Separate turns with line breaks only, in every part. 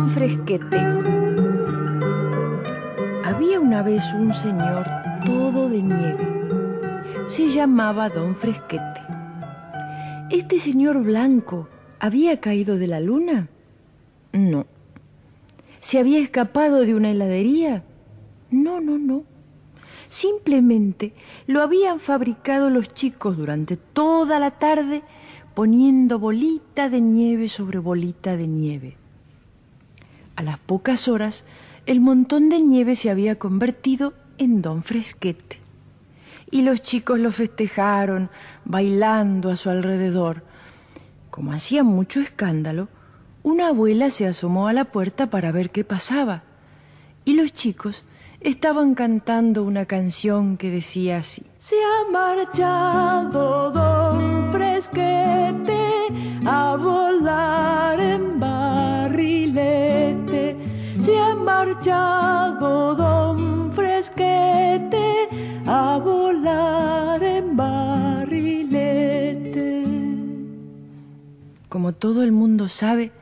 Molesquete. Había una vez un señor todo de nieve. Se llamaba Don Fresquete. ¿Este señor blanco había caído de la luna? No. ¿Se había escapado de una heladería? No, no, no. Simplemente lo habían fabricado los chicos durante toda la tarde poniendo bolita de nieve sobre bolita de nieve. A las pocas horas, el montón de nieve se había convertido en don Fresquete. Y los chicos lo festejaron, bailando a su alrededor. Como hacía mucho escándalo, una abuela se asomó a la puerta para ver qué pasaba. Y los chicos estaban cantando una canción que decía así. Se ha marchado don fresquete a volar en barrilete. Se ha marchado don fresquete a volar en barrilete. Como todo el mundo sabe,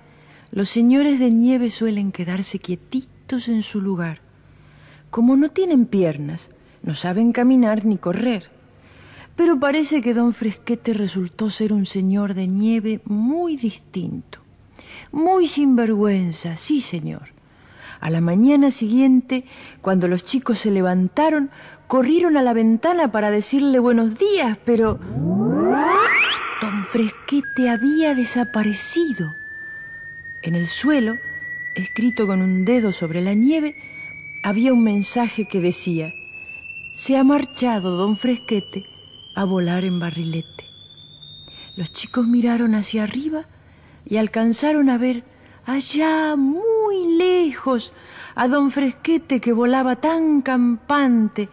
los señores de nieve suelen quedarse quietitos en su lugar. Como no tienen piernas, no saben caminar ni correr. Pero parece que don Fresquete resultó ser un señor de nieve muy distinto. Muy sinvergüenza, sí señor. A la mañana siguiente, cuando los chicos se levantaron, corrieron a la ventana para decirle buenos días, pero... Don Fresquete había desaparecido. En el suelo, escrito con un dedo sobre la nieve, había un mensaje que decía, se ha marchado don Fresquete a volar en barrilete. Los chicos miraron hacia arriba y alcanzaron a ver allá muy lejos a don Fresquete que volaba tan campante,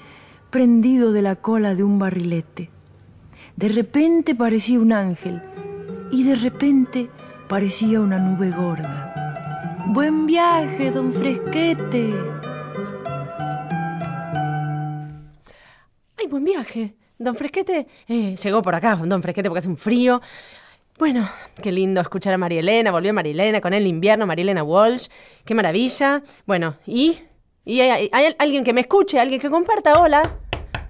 prendido de la cola de un barrilete. De repente parecía un ángel y de repente parecía una nube gorda. Buen viaje, don Fresquete.
¡Ay, buen viaje! Don Fresquete eh, llegó por acá, Don Fresquete, porque hace un frío. Bueno, qué lindo escuchar a Marielena, volvió Marielena con el invierno, Marielena Walsh, qué maravilla. Bueno, y, y hay, hay, hay alguien que me escuche, alguien que comparta, hola.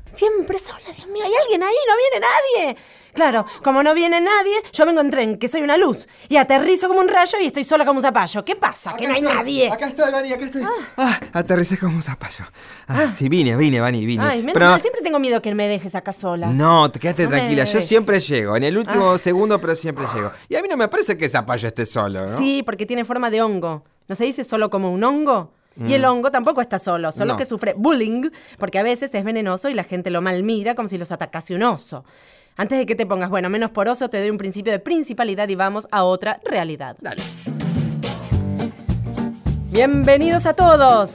Siempre sola, Dios mío, hay alguien ahí, no viene nadie. Claro, como no viene nadie, yo me encontré en que soy una luz y aterrizo como un rayo y estoy sola como un zapallo. ¿Qué pasa? que
Acá
no hay
estoy,
nadie.
Acá estoy, Vani, acá estoy. Ah, aterricé como un zapallo. Ah,
Ah.
Sí, vine, vine, Vani, vine.
Ay, menos
Pero-
mal, siempre tengo miedo que me dejes acá sola.
No, te quedaste
No me
tranquila. Yo
dejes. Ah.
siempre llego. En el último segundo, pero siempre llego. Y a mí no me parece que Zapallo esté solo, ¿no?
Sí, porque tiene forma de hongo. ¿No se dice solo como un hongo? Y el hongo tampoco está solo, solo
Mm. No.
que sufre bullying, porque a veces es venenoso y la gente lo malmira como si los atacase un oso. Antes de que te pongas, bueno, menos poroso, te doy un principio de principalidad y vamos a otra realidad.
Dale.
Bienvenidos a todos.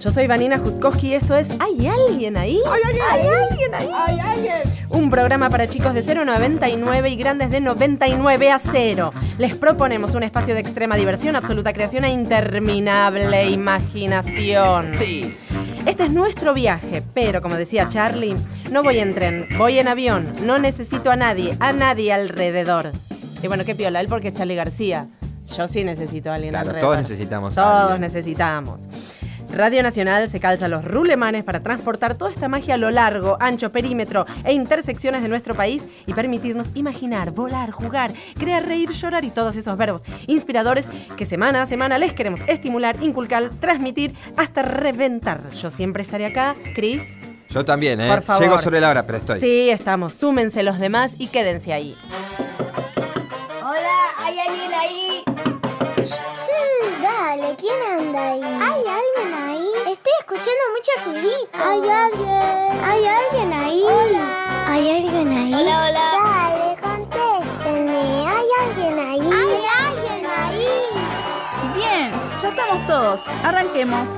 Yo soy Vanina Jutkowski y esto es ¿Hay alguien ahí? ¿Hay alguien, ahí? Un programa para chicos de 0 a 99 y grandes de 99 a 0. Les proponemos un espacio de extrema diversión, absoluta creación e interminable imaginación.
Sí.
Este es nuestro viaje, pero como decía Charlie, no voy en tren, voy en avión, no necesito a nadie, a nadie alrededor. Y bueno, qué piola él porque es Charlie García. Yo sí necesito a alguien
Claro,
alrededor.
todos necesitamos a
Todos
alguien.
necesitamos. Radio Nacional se calza los rulemanes para transportar toda esta magia a lo largo, ancho, perímetro e intersecciones de nuestro país y permitirnos imaginar, volar, jugar, crear, reír, llorar y todos esos verbos inspiradores que semana a semana les queremos estimular, inculcar, transmitir hasta reventar. Yo siempre estaré acá, Cris.
Yo también, ¿eh?
Por favor.
Llego sobre la hora, pero estoy.
Sí, estamos. Súmense los demás y quédense ahí.
Hola, ¿hay alguien ahí?
Sí, dale, ¿quién anda ahí? ¿Hay alguien ahí? Estoy escuchando muchos ruiditos. ¿Hay alguien? ¿Hay alguien ahí? ¿Hay alguien ahí?
Hola, hola.
Dale, contéstenme. ¿Hay alguien ahí? ¿Hay alguien ahí?
Bien, ya estamos todos. Arranquemos.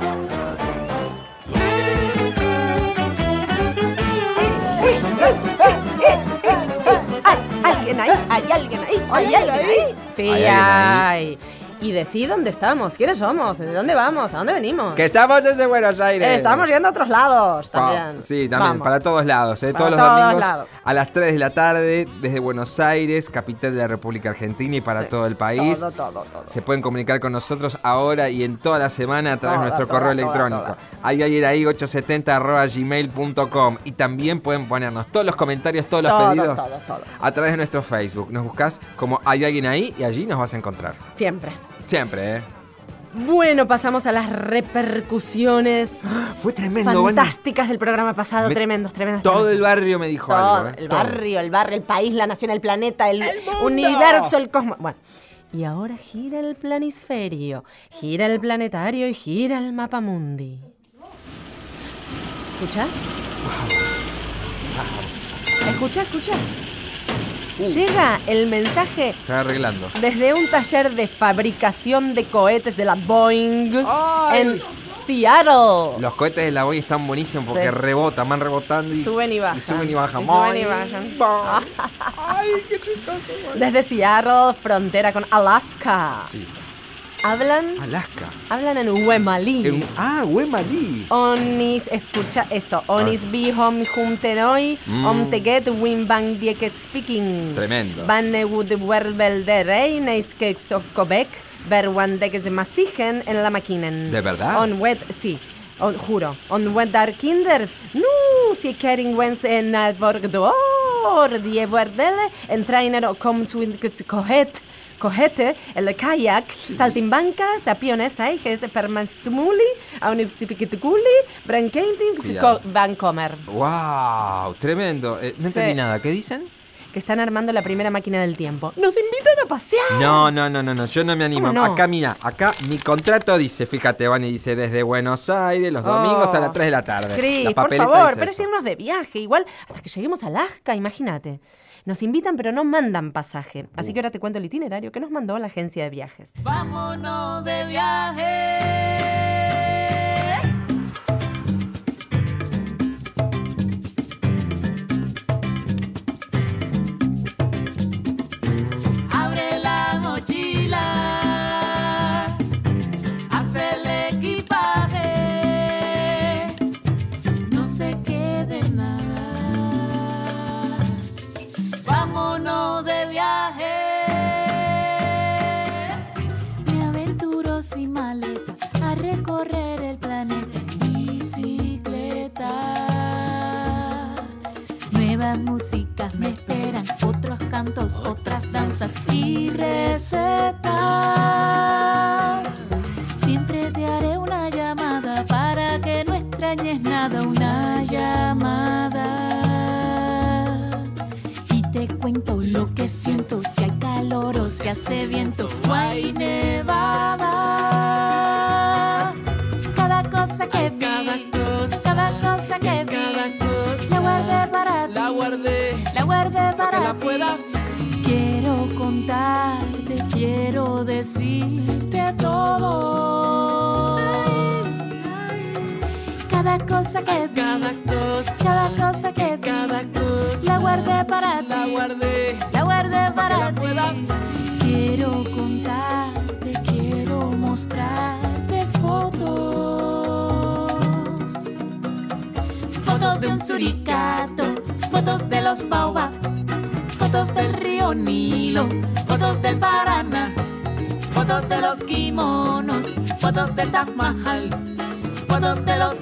¿Hay alguien ahí? ¿Hay alguien ahí?
¿Hay alguien ahí?
Sí,
¿Hay
hay.
alguien ahí?
y decí dónde estamos, quiénes somos, de dónde vamos, a dónde venimos.
Que estamos desde Buenos Aires.
Eh, estamos yendo a otros lados
Pa-
también.
Sí, también,
Vamos.
para todos lados, ¿eh?
Para
todos los
todos
domingos
lados.
a las 3 de la tarde desde Buenos Aires, capital de la República Argentina y para
Sí.
todo el país.
Todo, todo, todo.
Se pueden comunicar con nosotros ahora y en toda la semana a través de
Toda,
nuestro
toda,
correo
toda,
electrónico. Hay ayer ahí 870 arroba gmail.com y también pueden ponernos todos los comentarios, todos los
Todo,
pedidos
todo, todo.
a través de nuestro Facebook. Nos buscas como hay alguien ahí y allí nos vas a encontrar.
Siempre.
Siempre, ¿eh?
Bueno, pasamos a las repercusiones
Fue tremendo, Vani.
fantásticas del programa pasado.
Me-
Tremendos, tremendos.
Todo
tremendos.
el barrio me dijo
Todo,
algo. ¿eh?
el
Todo.
barrio, el barrio, el país, la nación, el planeta, el,
mundo!
universo, el cosmos. Bueno, y ahora gira el planisferio, gira el planetario y gira el mapa mundi. ¿Escuchás?
Ah,
Escucha, escucha.
Uh.
Llega el mensaje
Está arreglando.
desde un taller de fabricación de cohetes de la Boeing
¡Ay!
en Seattle.
Los cohetes de la Boeing están buenísimos porque
Sí.
rebotan, van rebotando y
Suben y bajan.
suben y bajan.
Y suben y
Ay,
bajan.
pa. Ay, qué chistoso. man.
Desde Seattle, frontera con Alaska.
Sí,
Hablan,
Alaska.
hablan en Huemalí.
En- ah, Huemalí.
Onis, escucha esto. Onis bihom juntenoi,
Ah. Mm.
om teget wim bang dieket speaking.
Tremendo.
Banne wood werbel de reineis que sokobek, berwan de que se masigen en la maquinen.
¿De verdad?
On wet, sí. On, juro. On wet dar kinders, nu, si kering wens en vorgdor, die werdele, en trainer o com twin cohet. Cogete, el kayak, saltimbancas, apiones, aiges, permastumuli, aunipsipikitukuli, branquentin,
Cuidado.
Vancomer.
Wow, tremendo. Eh, no
Sí.
entendí nada. ¿Qué dicen?
que están armando la primera máquina del tiempo. ¡Nos invitan a pasear!
No, no, no, no, no, yo no me animo.
¿Cómo no?
Acá, mira, acá mi contrato dice, fíjate, Vani, dice desde Buenos Aires, los domingos
Oh.
a las 3 de la tarde.
Cris,
La
por
papeleta
favor,
dice
pero es
eso.
irnos de viaje, igual hasta que lleguemos a Alaska, imagínate. Nos invitan, pero no mandan pasaje. Así
Uh.
que ahora te cuento el itinerario que nos mandó la agencia de viajes.
Vámonos de viaje. Abre la mochila. Hace el equipaje. No se quede nada. Vámonos de viaje. Me aventuro sin maleta a recorrer el planeta en bicicleta. Nuevas músicas me esperan, otros cantos, otras danzas y recetas. Siempre te haré una llamada para que no extrañes nada, una llamada. Y te cuento lo que siento, si hay calor o si hace viento o hay nevada. Cada cosa que vi, cada cosa, que vi, la guardé para ti, la guardé, la guardé para que la pueda. Quiero contarte, quiero decirte todo. Cada cosa que vi, cada cosa, que vi, la guardé para ti, la guardé para ti. Quiero contarte, quiero mostrarte fotos. Fotos de un suricato, fotos de los baobab, fotos del río Nilo, fotos del Paraná, fotos de los kimonos, fotos del Taj Mahal, fotos de los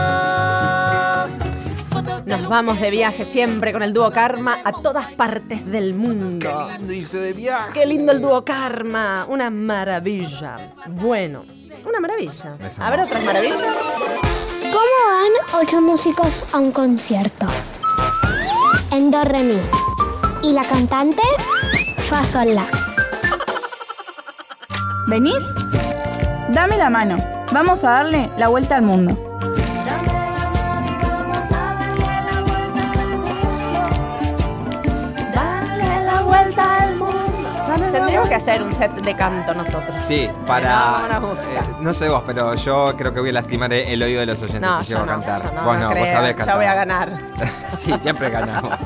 carpinchos. fotos del
Nos vamos de
ukelele.
viaje siempre con el dúo Karma a todas partes del mundo.
Qué lindo irse de viaje.
¡Qué lindo el dúo Karma! Una maravilla. Bueno, una maravilla.
Es
¿Habrá otras maravillas?
¿Cómo van ocho músicos a un concierto? En do, re, mi. Y la cantante, fa, sol, la.
¿Venís? Dame la mano. Vamos a darle la vuelta al mundo.
Dale la vuelta al mundo. Tendríamos que hacer un set de canto nosotros.
Sí,
no,
para.
no nos gusta.
eh, no sé vos, pero yo creo que voy a lastimar el oído de los oyentes
No,
si
yo
llego a
no,
cantar.
yo no,
vos
no
no, vos
creo.
sabés cantar.
Yo voy a ganar.
sí, siempre ganamos.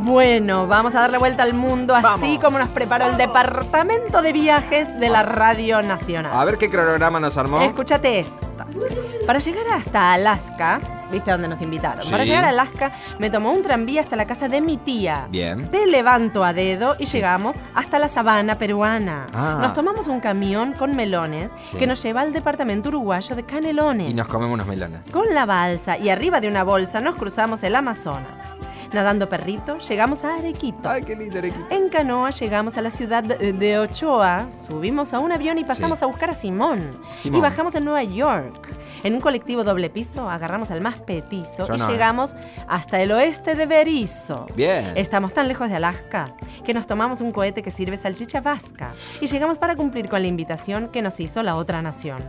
Bueno, vamos a dar la vuelta al mundo así
Vamos.
como nos preparó el Departamento de Viajes de la Radio Nacional.
A ver qué cronograma nos armó.
Escúchate esto. Para llegar hasta Alaska, ¿viste a dónde nos invitaron?
Sí.
Para llegar a Alaska me tomó un tranvía hasta la casa de mi tía.
Bien.
Te levanto a dedo y llegamos hasta la sabana peruana.
Ah.
Nos tomamos un camión con melones
Sí.
que nos lleva al departamento uruguayo de Canelones.
Y nos comemos unos melones.
Con la balsa y arriba de una bolsa nos cruzamos el Amazonas. Nadando perrito, llegamos a Arequito.
Ay, qué lindo, Arequito.
En canoa llegamos a la ciudad de de Ochoa, subimos a un avión y pasamos
Sí.
a buscar a Simón.
Simón.
Y bajamos en Nueva York. En un colectivo doble piso agarramos al más petizo
Yo
y
no. ¿eh?
llegamos hasta el oeste de Berizo.
Bien.
Estamos tan lejos de Alaska que nos tomamos un cohete que sirve salchicha vasca y llegamos para cumplir con la invitación que nos hizo la otra nación.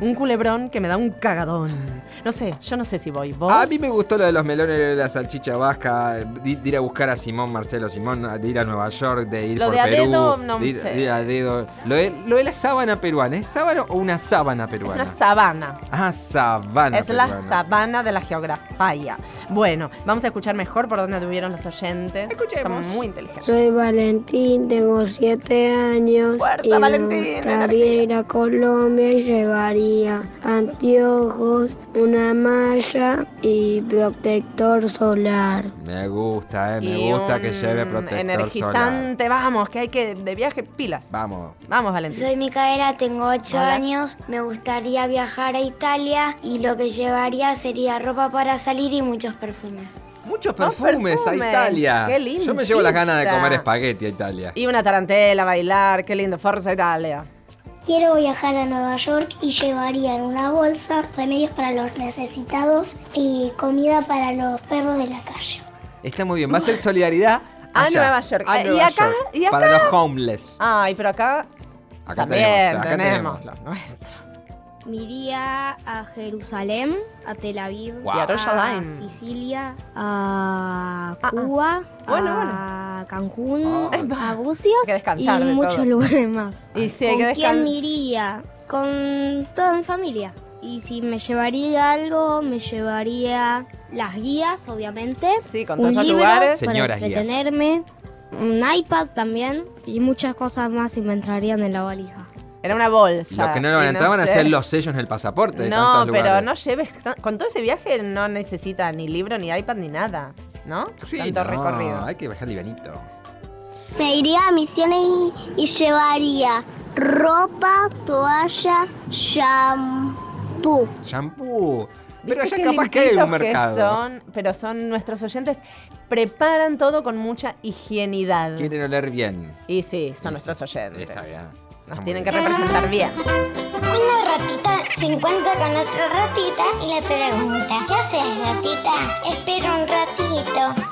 Un culebrón que me da un cagadón. No sé, yo no sé si voy. ¿Vos?
A mí me gustó lo de los melones, de la salchicha vasca, de, de ir a buscar a Simón, Marcelo Simón, de ir a Nueva York, de ir
Lo
por
de a
Perú.
dedo, no
de ir,
sé.
de ir a dedo. Lo de, lo de la sábana peruana, ¿es sábana o una sábana
Es
peruana?
una sabana.
ah, sábana
Es la
peruana.
sabana de la geografía. Bueno, vamos a escuchar mejor por dónde tuvieron los oyentes. Son muy inteligentes.
Soy Valentín, tengo siete años
Fuerza,
y me
Valentín,
gustaría ir a Colombia y llevaría anteojos, una malla y protector solar.
Me gusta, eh, me
Y
gusta
un
que lleve protector solar.
Energizante, vamos, que hay que de viaje pilas.
Vamos.
Vamos, Valentín.
Soy Micaela, tengo 8
Hola.
años, me gustaría viajar a Italia y lo que llevaría sería ropa para salir y muchos perfumes.
Muchos
Dos
perfumes, a
perfumes,
Italia.
qué lindo.
Yo me llevo las ganas de comer
Pizza.
espagueti a Italia.
Y una tarantela, bailar, qué lindo, Forza Italia.
Quiero viajar a Nueva York y llevaría en una bolsa remedios para los necesitados y comida para los perros de la calle.
Está muy bien. Va a ser solidaridad.
A
allá,
Nueva York.
a
Eh, y
Nueva
acá,
York,
y acá.
Para los homeless.
Ay, pero acá,
Acá
también
tenemos. Acá
tenemos,
tenemos.
lo nuestro.
Me iría a Jerusalén, a Tel Aviv,
Guau.
Y a
a
Jerusalén.
Sicilia, a
ah.
Cuba,
Bueno,
a Cancún,
Ah.
a Bucios
Hay que
y
descansar de
muchos
todo.
lugares más.
Y sí, hay que
¿Con quién me
descansar.
iría? Con toda mi familia. Y si me llevaría algo, me llevaría las guías, obviamente.
Sí, con
un
todos esos
libro
lugares.
para
Señoras guías.
entretenerme, un iPad también y muchas cosas más si me entrarían en la valija.
Era una bolsa.
Lo que no lo
y
van a entrar van a
sé.
ser los sellos en el pasaporte. de
No,
tantos
pero
lugares.
no lleves. tan- Con todo ese viaje no necesita ni libro, ni iPad, ni nada. ¿No?
Sí,
Tanto
no,
recorrido.
Hay que bajar livianito.
Me iría a misiones y, y llevaría ropa, toalla, shampoo.
Shampoo. Pero
¿Viste
allá
qué
capaz que hay
limpitos
un mercado.
son, pero son nuestros oyentes, preparan todo con mucha higienidad.
Quieren oler bien.
Y sí,
Y
son nuestros
sí,
oyentes.
está bien. Está
Nos
muy
tienen que
bien.
representar bien.
Ah. Una ratita se encuentra con otra ratita y le pregunta, ¿qué haces ratita? Espera un ratito.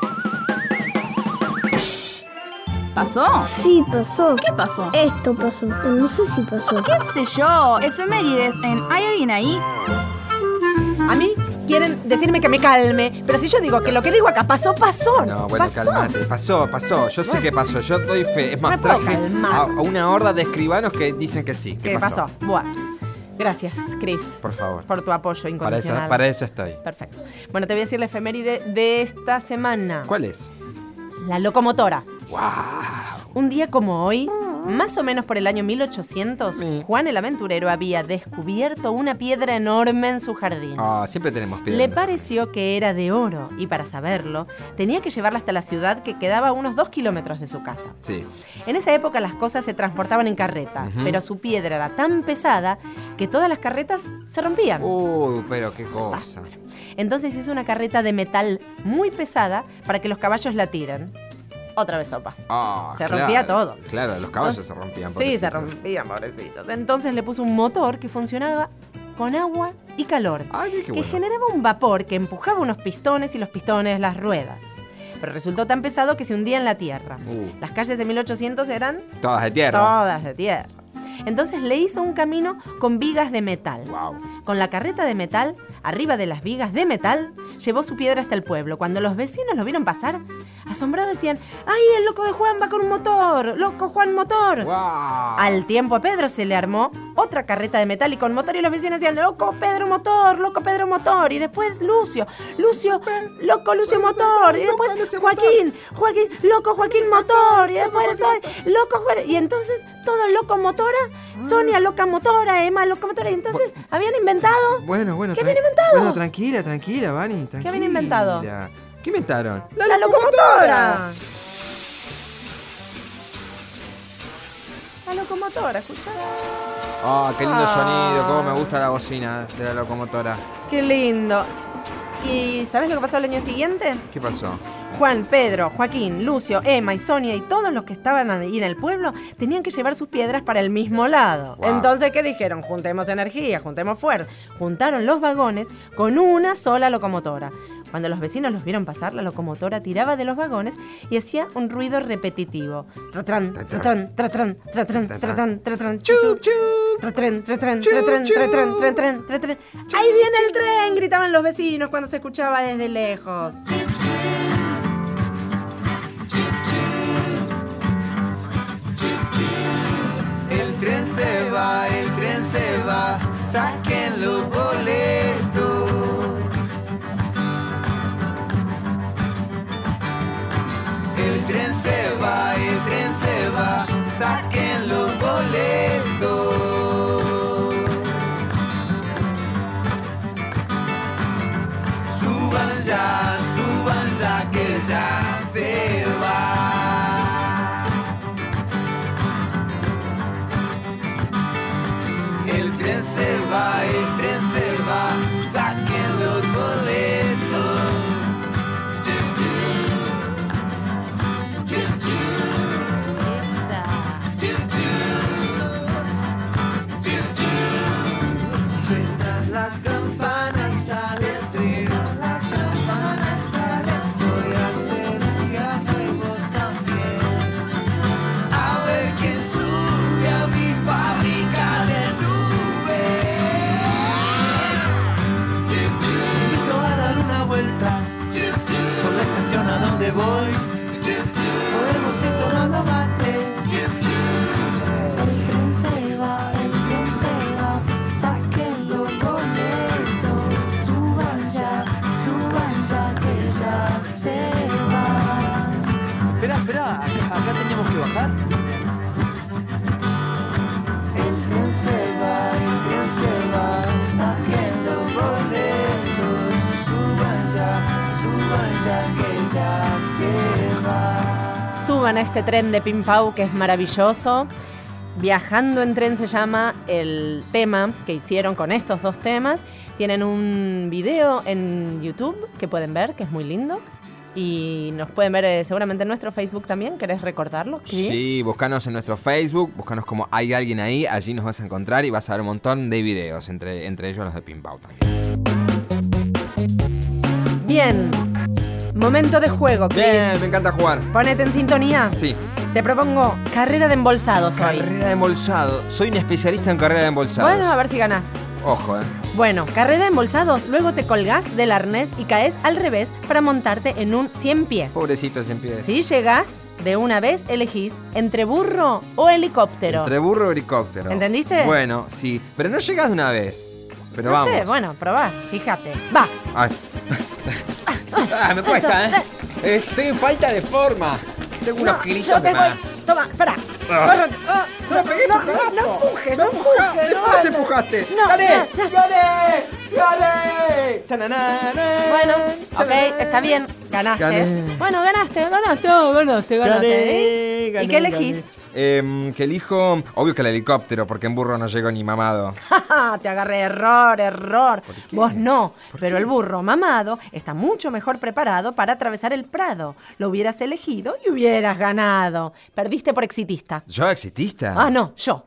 ¿Pasó?
Sí, pasó.
¿Qué pasó?
Esto pasó. No sé si pasó.
¿Qué sé yo? Efemérides en ¿Hay alguien ahí?
A mí quieren decirme que me calme, pero si yo digo que lo que digo acá pasó, pasó.
No, bueno,
pasó.
calmate. Pasó, pasó. Yo sé que pasó. Yo doy fe. Es
No
más,
me puedo
traje
calmar.
a, a una horda de escribanos que dicen que sí. ¿Qué,
¿Qué pasó? Buah. Gracias, Chris,
Por favor.
por tu apoyo
Para eso,
incondicional.
para eso estoy.
Perfecto. Bueno, te voy a decir la efeméride de esta semana.
¿Cuál es?
La locomotora.
¡Wow!
Un día como hoy, más o menos por el año 1800,
Sí.
Juan el Aventurero había descubierto una piedra enorme en su jardín.
Ah, siempre tenemos piedras.
Le pareció que era de oro y para saberlo tenía que llevarla hasta la ciudad que quedaba a unos dos kilómetros de su casa.
Sí.
En esa época las cosas se transportaban en carreta,
Ujú.
pero su piedra era tan pesada que todas las carretas se rompían.
Uy, pero qué cosa.
Entonces hizo una carreta de metal muy pesada para que los caballos la tiren. Otra vez sopa.
Ah,
Se
claro.
rompía todo.
Claro, los caballos
Entonces-
se rompían.
Sí, se
pobrecitos.
rompían, pobrecitos. Entonces le puso un motor que funcionaba con agua y calor,
Ay, qué
que
bueno.
generaba un vapor que empujaba unos pistones y los pistones las ruedas. Pero resultó tan pesado que se hundía en la tierra.
Uh.
Las calles de 1800 eran
Todas de tierra.
todas de tierra. Entonces le hizo un camino con vigas de metal.
Wow.
Con la carreta de metal arriba de las vigas de metal, llevó su piedra hasta el pueblo. Cuando los vecinos lo vieron pasar, asombrados decían, ¡ay, el loco de Juan va con un motor! ¡Loco Juan motor! Al tiempo a Pedro se le armó otra carreta de metal y con motor y los vecinos decían, ¡loco Pedro motor! ¡Loco Pedro motor! Y después Lucio, Lucio, ¡loco Lucio motor! Y después Joaquín, Joaquín, ¡loco Joaquín motor! Ah. Y después Sol, ¡loco Juan! Y entonces todo loco motora, Sonia loca motora, Emma loca motora. Y entonces habían inventado...
Bueno, bueno.
¿Qué
tran-
habían inventado?
Bueno, tranquila, tranquila, Vani, tranquila.
habían inventado?
¿Qué inventaron?
¡La locomotora! La locomotora, escucha.
¡Ah, qué lindo
Ah.
sonido! ¡Cómo me gusta la bocina de la locomotora!
Qué lindo. ¿Y sabes lo que pasó el año siguiente?
¿Qué pasó?
Juan, Pedro, Joaquín, Lucio, Emma y Sonia y todos los que estaban ahí en el pueblo tenían que llevar sus piedras para el mismo lado.
Wow.
Entonces, ¿qué dijeron? Juntemos energía, juntemos fuerza. Juntaron los vagones con una sola locomotora. Cuando los vecinos los vieron pasar, la locomotora tiraba de los vagones y hacía un ruido repetitivo. Tratran, tratran, tratran, tratran, tratran, tratran, chup, chup. Tratran, tratran, tratran, tratran, tratran, tratran. ¡Ahí viene el tren! gritaban los vecinos cuando se escuchaba desde lejos.
El tren se va, el tren se va, saquen los boletos. El tren se va, el tren se va, saquen los boletos. Suban ya, suban ya, que ya se va. El tren se va, el tren se va, saquen los boletos. Chu, chu. Chu, chu. Chu, chu. Chu, chu. Suena la campana, sale el tren. La campana sale. Voy a hacer un viaje y vos también. A ver quién sube a mi fábrica de nubes. Y te voy a dar una vuelta por la estación a donde voy. Podemos ir tomando mate. El tren se va, el tren se va, saquen los boletos. Suban ya, suban ya, que ya se va. Espera, espera, acá, acá teníamos que bajar. El tren se va, el tren se va, saquen los boletos, suban ya, suban ya que ya se va.
Suban a este tren de Pimpau que es maravilloso. Viajando en tren se llama el tema que hicieron con estos dos temas. Tienen un video en YouTube que pueden ver, que es muy lindo. Y nos pueden ver eh, seguramente en nuestro Facebook también. ¿Querés recordarlo? Cris?
Sí, buscanos en nuestro Facebook, buscanos como hay alguien ahí, allí nos vas a encontrar y vas a ver un montón de videos, entre, entre ellos los de Pimpau también.
Bien. Momento de juego, Cris.
Bien, me encanta jugar.
Ponete en sintonía.
Sí.
Te propongo carrera de embolsados hoy.
Carrera de embolsado. Soy un especialista en carrera de embolsados.
Bueno, a ver si ganás.
Ojo, eh.
Bueno, carrera de embolsados, luego te colgás del arnés y caes al revés para montarte en un 100 pies.
Pobrecito ese pie.
Si llegás, de una vez elegís entre burro o helicóptero.
Entre burro y helicóptero.
¿Entendiste?
Bueno, sí. Pero no llegas de una vez. Pero
no
vamos.
sé, bueno, probá, fíjate. Va,
Ay. Ah, me cuesta, ¿eh? Estoy en falta de forma. Tengo unos
No,
kilitos
yo
de
te
más.
voy. Toma, pará.
Ah.
Córrete. Ah,
No, pegué
no,
ese pedazo.
No empuje, no
Ah,
empuje.
se-
no
vos
vale.
empujaste.
No,
¡Gané!
no, no.
¡Gané! ¡Gané! Chananana.
Bueno, ok,
Chananana.
está bien, ganaste.
Gané.
Bueno, ganaste, ganaste, ganaste, ganaste. ¿eh? ¿Y qué elegís?
Em, que elijo. Obvio que el helicóptero, porque en burro no llego ni mamado.
¡Ja! Te agarré error, error.
qué?
Vos no,
¿Por
pero
qué?
el burro mamado está mucho mejor preparado para atravesar el prado. Lo hubieras elegido y hubieras ganado. Perdiste por exitista.
¿Yo exitista?
Ah, no, yo.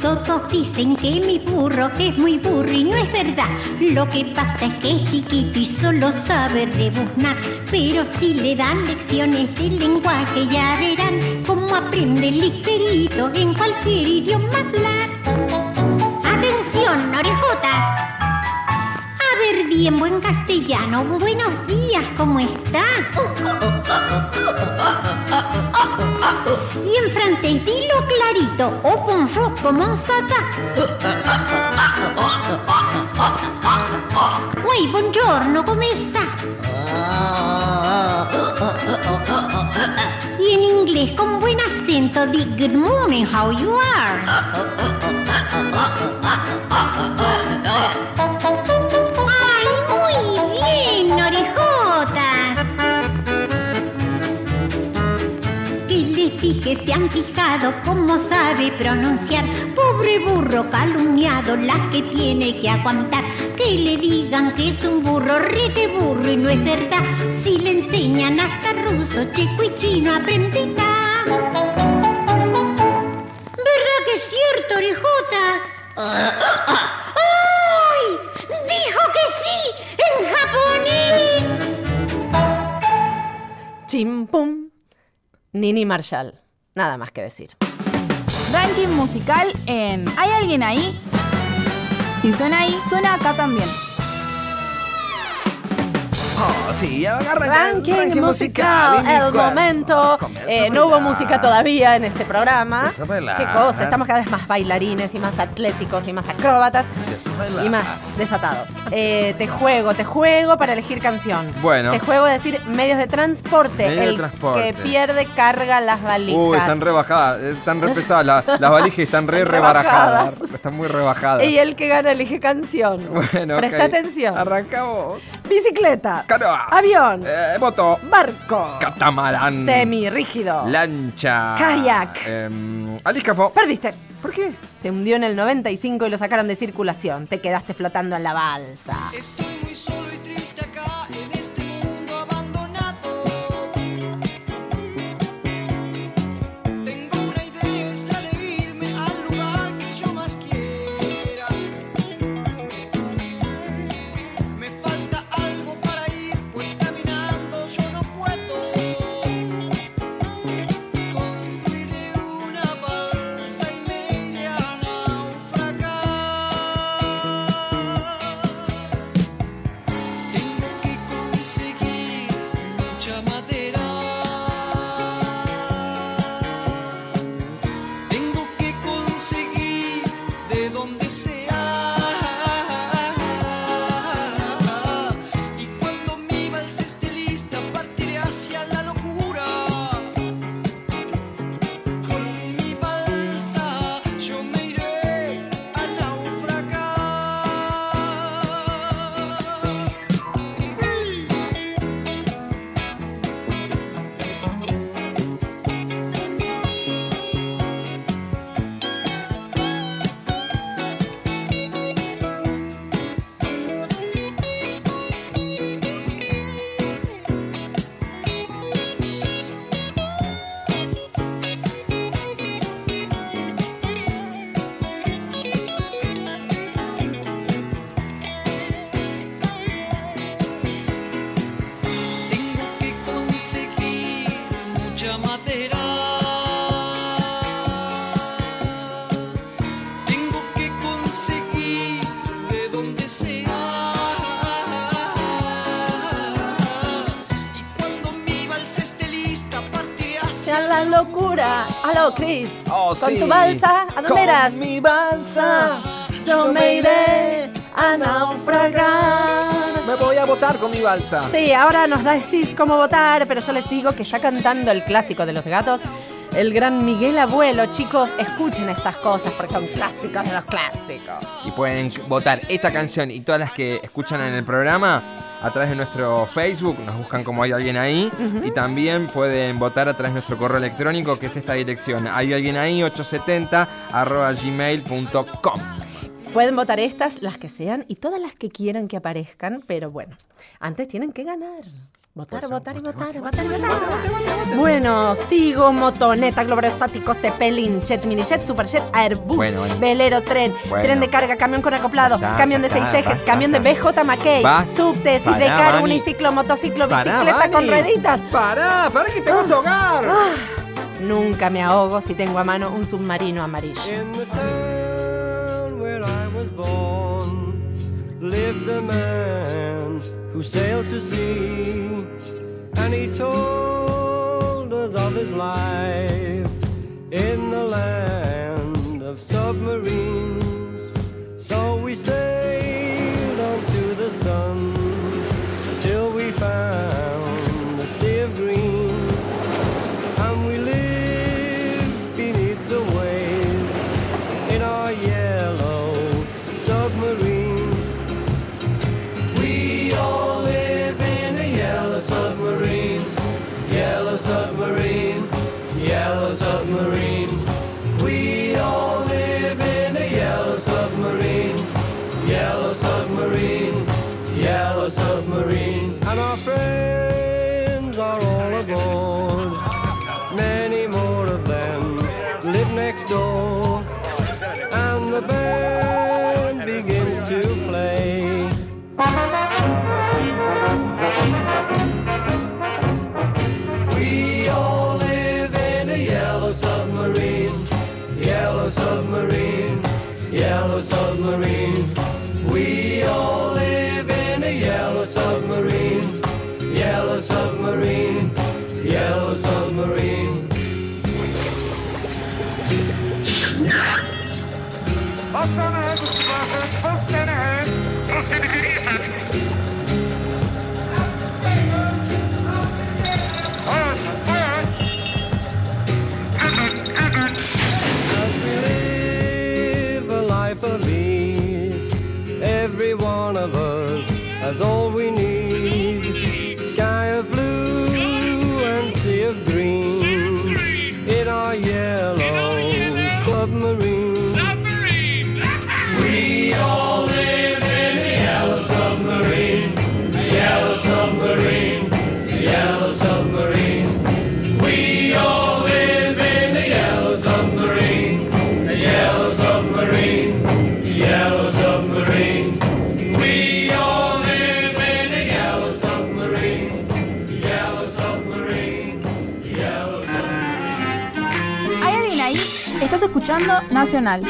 Todos dicen que mi burro que es muy burro y no es verdad. Lo que pasa es que es chiquito y solo sabe rebuznar. Pero si le dan lecciones de lenguaje ya verán cómo aprende ligerito en cualquier idioma hablar. Atención, orejotas. A ver perdí en buen castellano. Buenos días, ¿cómo está? Y en francés, dilo clarito. O bonjour, ¿cómo está? Uy, buongiorno, ¿cómo está? Y en inglés, con buen acento, di good morning, how you are. ¡Ay, muy bien, orejotas! Que les dije, se han fijado cómo sabe pronunciar. Pobre burro calumniado, la que tiene que aguantar. Que le digan que es un burro, rete burro y no es verdad. Si le enseñan hasta ruso, checo y chino, aprendita. ¿Verdad que es cierto, orejotas? ¡Ay! ¡Dijo que sí! ¡En japonés!
Chim pum. Nini Marshall. Nada más que decir.
Ranking musical en ¿Hay alguien ahí? Si suena ahí, suena acá también.
Oh, sí, agarra
Ranking, musical, el momento. Eh, no hubo música todavía en este programa.
Empieza a bailar.
Qué cosa, estamos cada vez más bailarines y más atléticos y más acróbatas y más desatados. Eh, te juego, te juego para elegir canción.
Bueno.
Te juego a decir medios de transporte.
Medios de
el
transporte.
que pierde carga las valijas.
Uy, están rebajadas, eh, están re pesadas, la- las valijas están re
Están
rebarajadas.
rebajadas.
Están muy rebajadas.
y el que gana elige canción.
Bueno,
Presta
ok.
atención.
Arrancamos.
Bicicleta.
Canoa.
Avión.
Eh, moto.
Barco.
Catamarán.
Semi rígido.
Lancha.
Kayak.
Em, alícafo.
Perdiste.
¿Por qué?
Se hundió en el 95 y lo sacaron de circulación. Te quedaste flotando en la balsa.
Estoy muy solo y triste acá en este mundo abandonado. Tengo una idea, es la de irme al lugar que yo más quiera. Me falta algo para ir, pues caminando yo no puedo. Construiré una balsa y me iré a naufragar. Tengo que conseguir mucha madera. Tengo que conseguir de donde sea. Y cuando mi balsa esté lista, partiré hacia la locura. Con mi balsa yo me iré a naufragar. Tengo que conseguir mucha madera. Tengo que conseguir de donde sea. Y cuando mi balsa esté lista, partiré hacia
Ya la locura. Aló, Chris.
Oh,
Con
sí.
tu balsa, ¿a dónde
Con
eras?
mi balsa,
yo me iré a naufragar.
Me voy a votar con mi balsa.
Sí, ahora nos decís cómo votar, pero yo les digo que ya cantando el clásico de los gatos, el gran Miguel Abuelo, chicos, escuchen estas cosas porque son clásicos de los clásicos.
Y pueden votar esta canción y todas las que escuchan en el programa a través de nuestro Facebook, nos buscan como hay alguien ahí. Y también pueden votar a través de nuestro correo electrónico, que es esta dirección, hay alguien ahí, 870 arroba gmail.com.
Pueden votar estas, las que sean y todas las que quieran que aparezcan, pero bueno, antes tienen que ganar. Votar, votar y votar, votar y votar. Bueno, sigo motoneta, globo aerostático, zeppelin, jet, minijet, superjet, airbus,
Bueno, bueno.
velero, tren,
Bueno.
tren de carga, camión con acoplado,
Ya está,
camión de
ya está,
seis ejes,
basta,
camión de BJ Mackey,
Basta.
subte,
Pará,
sidecar,
Vani.
uniciclo, motociclo,
Pará,
bicicleta
Vani.
con rueditas. Ah.
¡Pará! ¡Pará que te vas a ahogar!
Nunca me ahogo si tengo a mano un submarino amarillo.
In the town where I was born lived a man who sailed to sea, and he told us of his life in the land of submarines. So we sailed on to the sun till we found the sea of green, and we lived beneath the waves in our yellow submarine. We all live in a yellow submarine, yellow submarine, yellow submarine. We all live in a yellow submarine, yellow submarine, yellow submarine. And our friends are all aboard. Many more of them live next door. And the band begins to play. We all live in a yellow submarine, yellow submarine, yellow submarine. We all live in a yellow submarine, yellow submarine, yellow submarine. live a life of ease. Every one of us has all we need. Sky of blue and sea of green in our yellow submarine. We all live in a yellow submarine, a yellow submarine, a yellow submarine. We all live in a yellow submarine. The yellow submarine, the yellow submarine. We all live in a yellow submarine, the yellow submarine, the yellow submarine.
¿Hay alguien ahí? Estás escuchando Nacional.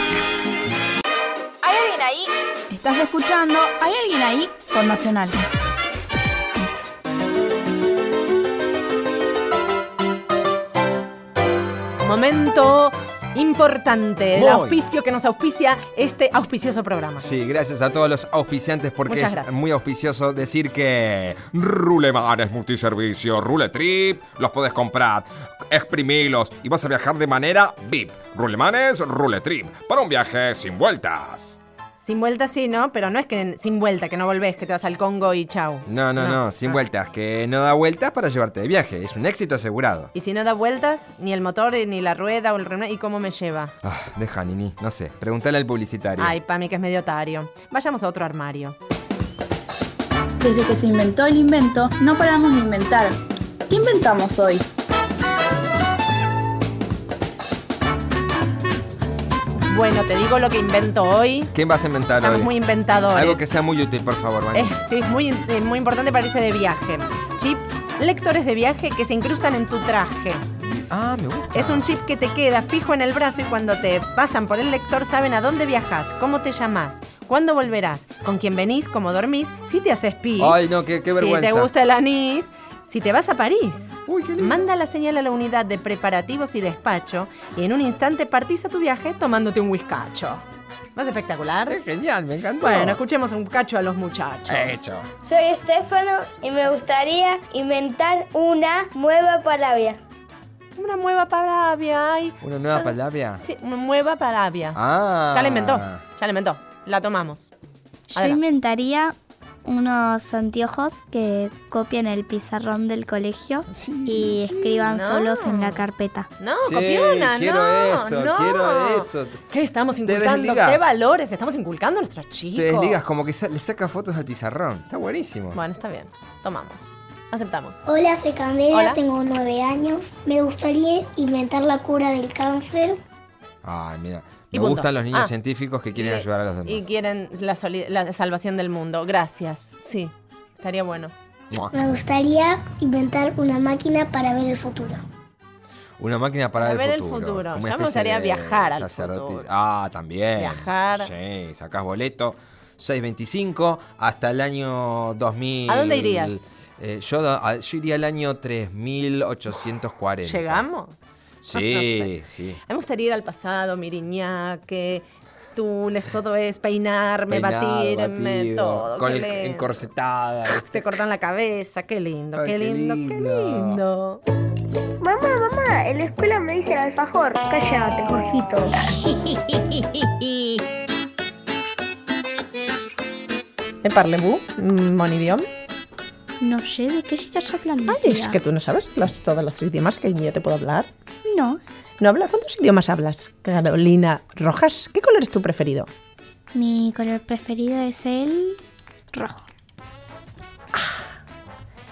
¿Hay alguien ahí? Estás escuchando ¿Hay alguien ahí? Con Nacional.
Momento importante del
Voy.
auspicio que nos auspicia este auspicioso programa.
Sí, gracias a todos los auspiciantes porque
Muchas
es
gracias.
muy auspicioso decir que Ruleman es multiservicio, Rule Trip, los podés comprar, exprimilos y vas a viajar de manera VIP. Ruleman es Rule Trip, para un viaje sin vueltas.
Sin vuelta sí, ¿no? Pero no es que sin vuelta, que no volvés, que te vas al Congo y chau. Ah.
No, no, no, sin vueltas, que no da vueltas para llevarte de viaje, es un éxito asegurado.
Y si no da vueltas, ni el motor, ni la rueda o el remate, ¿y cómo me lleva?
Ah, deja, Nini, no sé, pregúntale al publicitario.
Ay, pa' mí que es medio otario. Vayamos a otro armario.
Desde que se inventó el invento, no paramos de inventar. ¿Qué inventamos hoy?
Bueno, te digo lo que invento hoy.
¿Quién vas a inventar
Estamos
hoy?
muy inventadores.
Algo que sea muy útil, por favor, Vani.
Eh, sí, es muy, eh, muy importante para irse de viaje. Chips, lectores de viaje que se incrustan en tu traje.
Ah, me gusta.
Es un chip que te queda fijo en el brazo y cuando te pasan por el lector saben a dónde viajas, cómo te llamas, cuándo volverás, con quién venís, cómo dormís, si te haces pis.
Ay, no, qué, qué vergüenza.
Si te gusta el anís, si te vas a París, manda la señal a la unidad de preparativos y despacho y en un instante partís a tu viaje tomándote un whiskacho. ¿No es espectacular? Es
genial, me encantó.
Bueno, escuchemos un cacho a los muchachos.
Hecho.
Soy Estefano y me gustaría inventar una nueva palabra.
Una nueva palabra, ay.
¿Una nueva palabra?
Ah, Sí, una nueva palabra.
Ah.
Ya la inventó, ya la inventó. La tomamos.
Yo
Adelante.
inventaría unos anteojos que copien el pizarrón del colegio y
sí,
escriban
no.
solos en la carpeta.
No,
Sí,
copiona,
quiero
no,
eso,
no.
quiero eso.
¿Qué estamos inculcando?
desligas.
¿Qué valores estamos inculcando a nuestros chicos?
Te desligas, como que sa- le saca fotos al pizarrón. Está buenísimo.
Bueno, está bien. Tomamos. Aceptamos.
Hola, soy Candela,
Hola.
tengo nueve años. Me gustaría inventar la cura del cáncer.
Ay, mira.
Y
Me
punto.
gustan los niños
Ah.
científicos que quieren ayudar a los demás.
Y quieren la, soli- la salvación del mundo. Gracias. Sí, estaría bueno.
Mua.
Me gustaría inventar una máquina para ver el futuro.
Una máquina para
Para
el
ver el
futuro.
futuro.
Como
Ya
una
me
especie
gustaría
de
viajar al
sacerdotis.
futuro.
Ah, también.
Viajar.
Sí, sacás boleto. 625 hasta el año 2000.
¿A dónde irías?
Eh, yo, a- yo iría al año 3840.
¿Llegamos?
Sí,
No sé.
sí.
A mí me gustaría ir al pasado, Miriñaque, Túnez, todo es peinarme,
Peinado,
batirme,
batido,
todo.
Con
qué
el,
lindo.
encorsetada.
Te cortan la cabeza, qué lindo,
Ay,
qué,
qué
lindo, qué lindo.
Ah,
Mamá, mamá, en la escuela me dicen alfajor. Cállate, Jorgito.
¿Me parlez-vous Mm, mon idioma?
No sé de qué estás hablando.
Ay, es
tía.
que tú no sabes los- todos los idiomas que yo te puedo hablar.
No,
¿No hablas? ¿Cuántos idiomas hablas, Carolina Rojas? ¿Qué color es tu preferido?
mi color preferido es el rojo.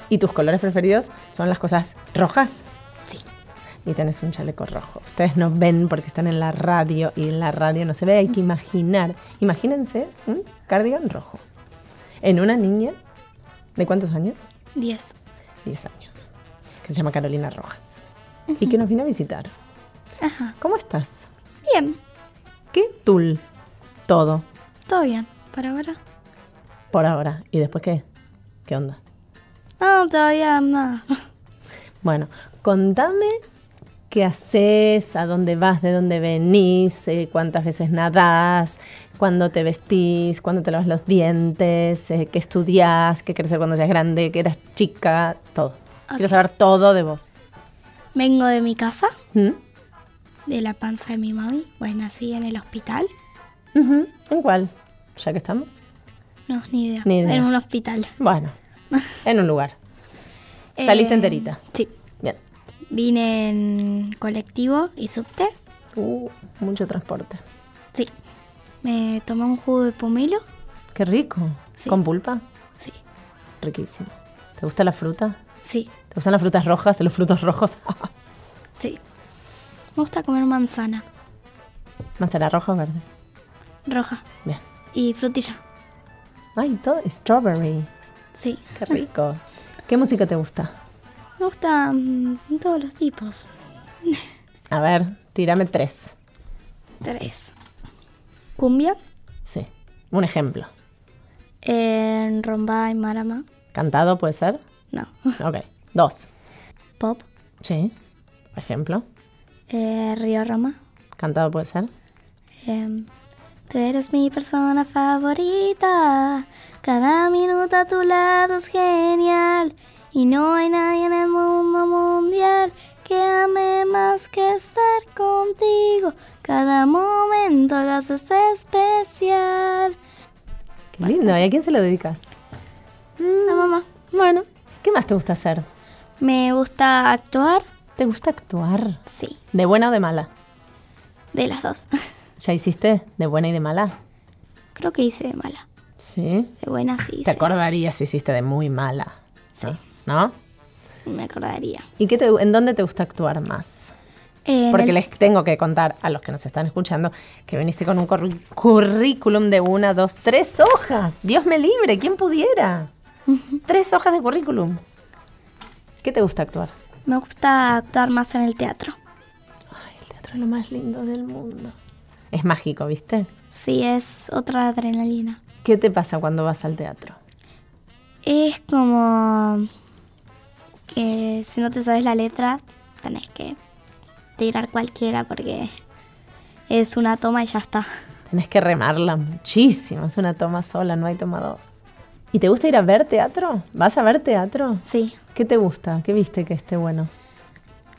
¿Y tus colores preferidos son las cosas rojas? Sí. Y tenés un chaleco rojo. Ustedes no ven porque están en la radio y en la radio no se ve, hay que imaginar. Imagínense un cardigan rojo. En una niña de cuántos años?
10.
10 años. Que se llama Carolina Rojas. Y que nos viene a visitar.
Ajá.
¿Cómo estás?
Bien,
¿Qué tul? Todo.
todo bien. Para ahora.
Por ahora. ¿Y después qué? ¿Qué onda?
No, todavía nada.
Bueno, contame qué haces, a dónde vas, de dónde venís, eh, cuántas veces nadás, cuándo te vestís, cuándo te lavas los dientes, eh, qué estudias, qué querés ser cuando seas grande, qué eras chica, todo. Quiero
Ok.
saber todo de vos.
Vengo de mi casa,
¿Mm?
de la panza de mi mami. Pues nací en el hospital.
Ujú, ¿En cuál? Ya que estamos.
No, ni idea.
Ni idea.
En un hospital.
Bueno, en un lugar. Saliste
Eh,
enterita.
Sí.
Bien.
Vine en colectivo y subte.
Uh, mucho transporte.
Sí. Me tomé un jugo de pomelo.
Qué rico. ¿Con pulpa?
Sí.
Riquísimo. ¿Te gusta la fruta?
Sí,
¿Te gustan las frutas rojas, los frutos rojos?
sí. Me gusta comer manzana
¿Manzana roja o verde?
roja
Bien.
y frutilla.
Ay, todo strawberry.
Sí.
Qué rico. ¿Qué música te gusta?
Me gustan mm, todos los tipos.
A ver, tírame tres.
Tres. Cumbia,
Sí. Un ejemplo.
en rumba y marama.
¿Cantado puede ser?
No.
Ok. Dos.
Pop,
Sí. Por ejemplo.
eh, Río Roma.
¿Cantado puede ser?
Em, tú eres mi persona favorita. Cada minuto a tu lado es genial. Y no hay nadie en el mundo mundial que ame más que estar contigo. Cada momento lo haces especial.
Qué lindo. ¿Y a quién se lo dedicas?
La mamá.
Bueno. ¿Qué más te gusta hacer?
Me gusta actuar
¿Te gusta actuar?
Sí.
¿De buena o de mala?
de las dos.
¿Ya hiciste de buena y de mala?
Creo que hice de mala.
Sí.
De buena sí
Te
hice.
acordarías si hiciste de muy mala. Sí. ¿No?
Me acordaría.
¿Y qué te- en dónde te gusta actuar más?
En
Porque
el-
les tengo que contar a los que nos están escuchando que viniste con un curr- currículum de una, dos, tres hojas. Dios me libre, ¿quién pudiera? tres hojas de currículum. ¿Qué te gusta actuar?
Me gusta actuar más en el teatro.
El teatro es lo más lindo del mundo. Es mágico, ¿viste?
Sí, es otra adrenalina.
¿Qué te pasa cuando vas al teatro?
Es como que si no te sabes la letra, tenés que tirar cualquiera porque es una toma y ya está.
Tenés que remarla muchísimo. Es una toma sola, no hay toma dos. ¿Y te gusta ir a ver teatro? ¿Vas a ver teatro?
Sí.
¿Qué te gusta? ¿Qué viste que esté bueno?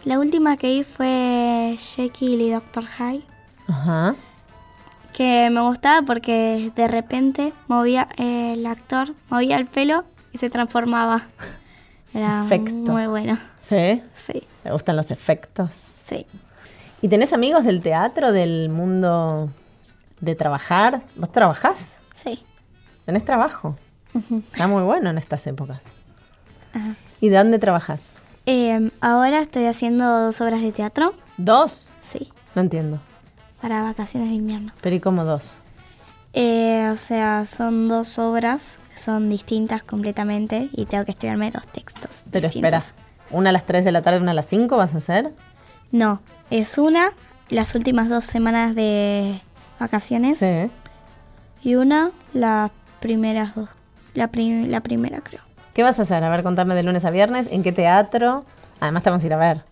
La última que vi fue Jekyll y Doctor Hyde,
Ajá.
que me gustaba porque de repente movía eh, el actor, movía el pelo y se transformaba. Era
Perfecto.
muy bueno.
¿Sí?
Sí.
¿Te gustan los efectos?
Sí.
¿Y tenés amigos del teatro, del mundo de trabajar? ¿Vos trabajás?
Sí.
¿Tenés trabajo? Está muy bueno en estas épocas.
Ajá.
¿Y de dónde trabajás?
Em, ahora estoy haciendo dos obras de teatro.
¿Dos?
Sí,
No entiendo.
para vacaciones de invierno.
¿Pero y cómo dos?
Eh, o sea, son dos obras, son distintas completamente y tengo que estudiarme dos textos.
Pero
distintos.
esperas, ¿una a las 3 de la tarde, una a las 5 vas a hacer?
No, es una, las últimas dos semanas de vacaciones.
Sí.
Y una, las primeras dos. La, prim- la primera, creo.
¿Qué vas a hacer? A ver, contame de lunes a viernes, ¿en qué teatro? Además te vamos a ir a ver.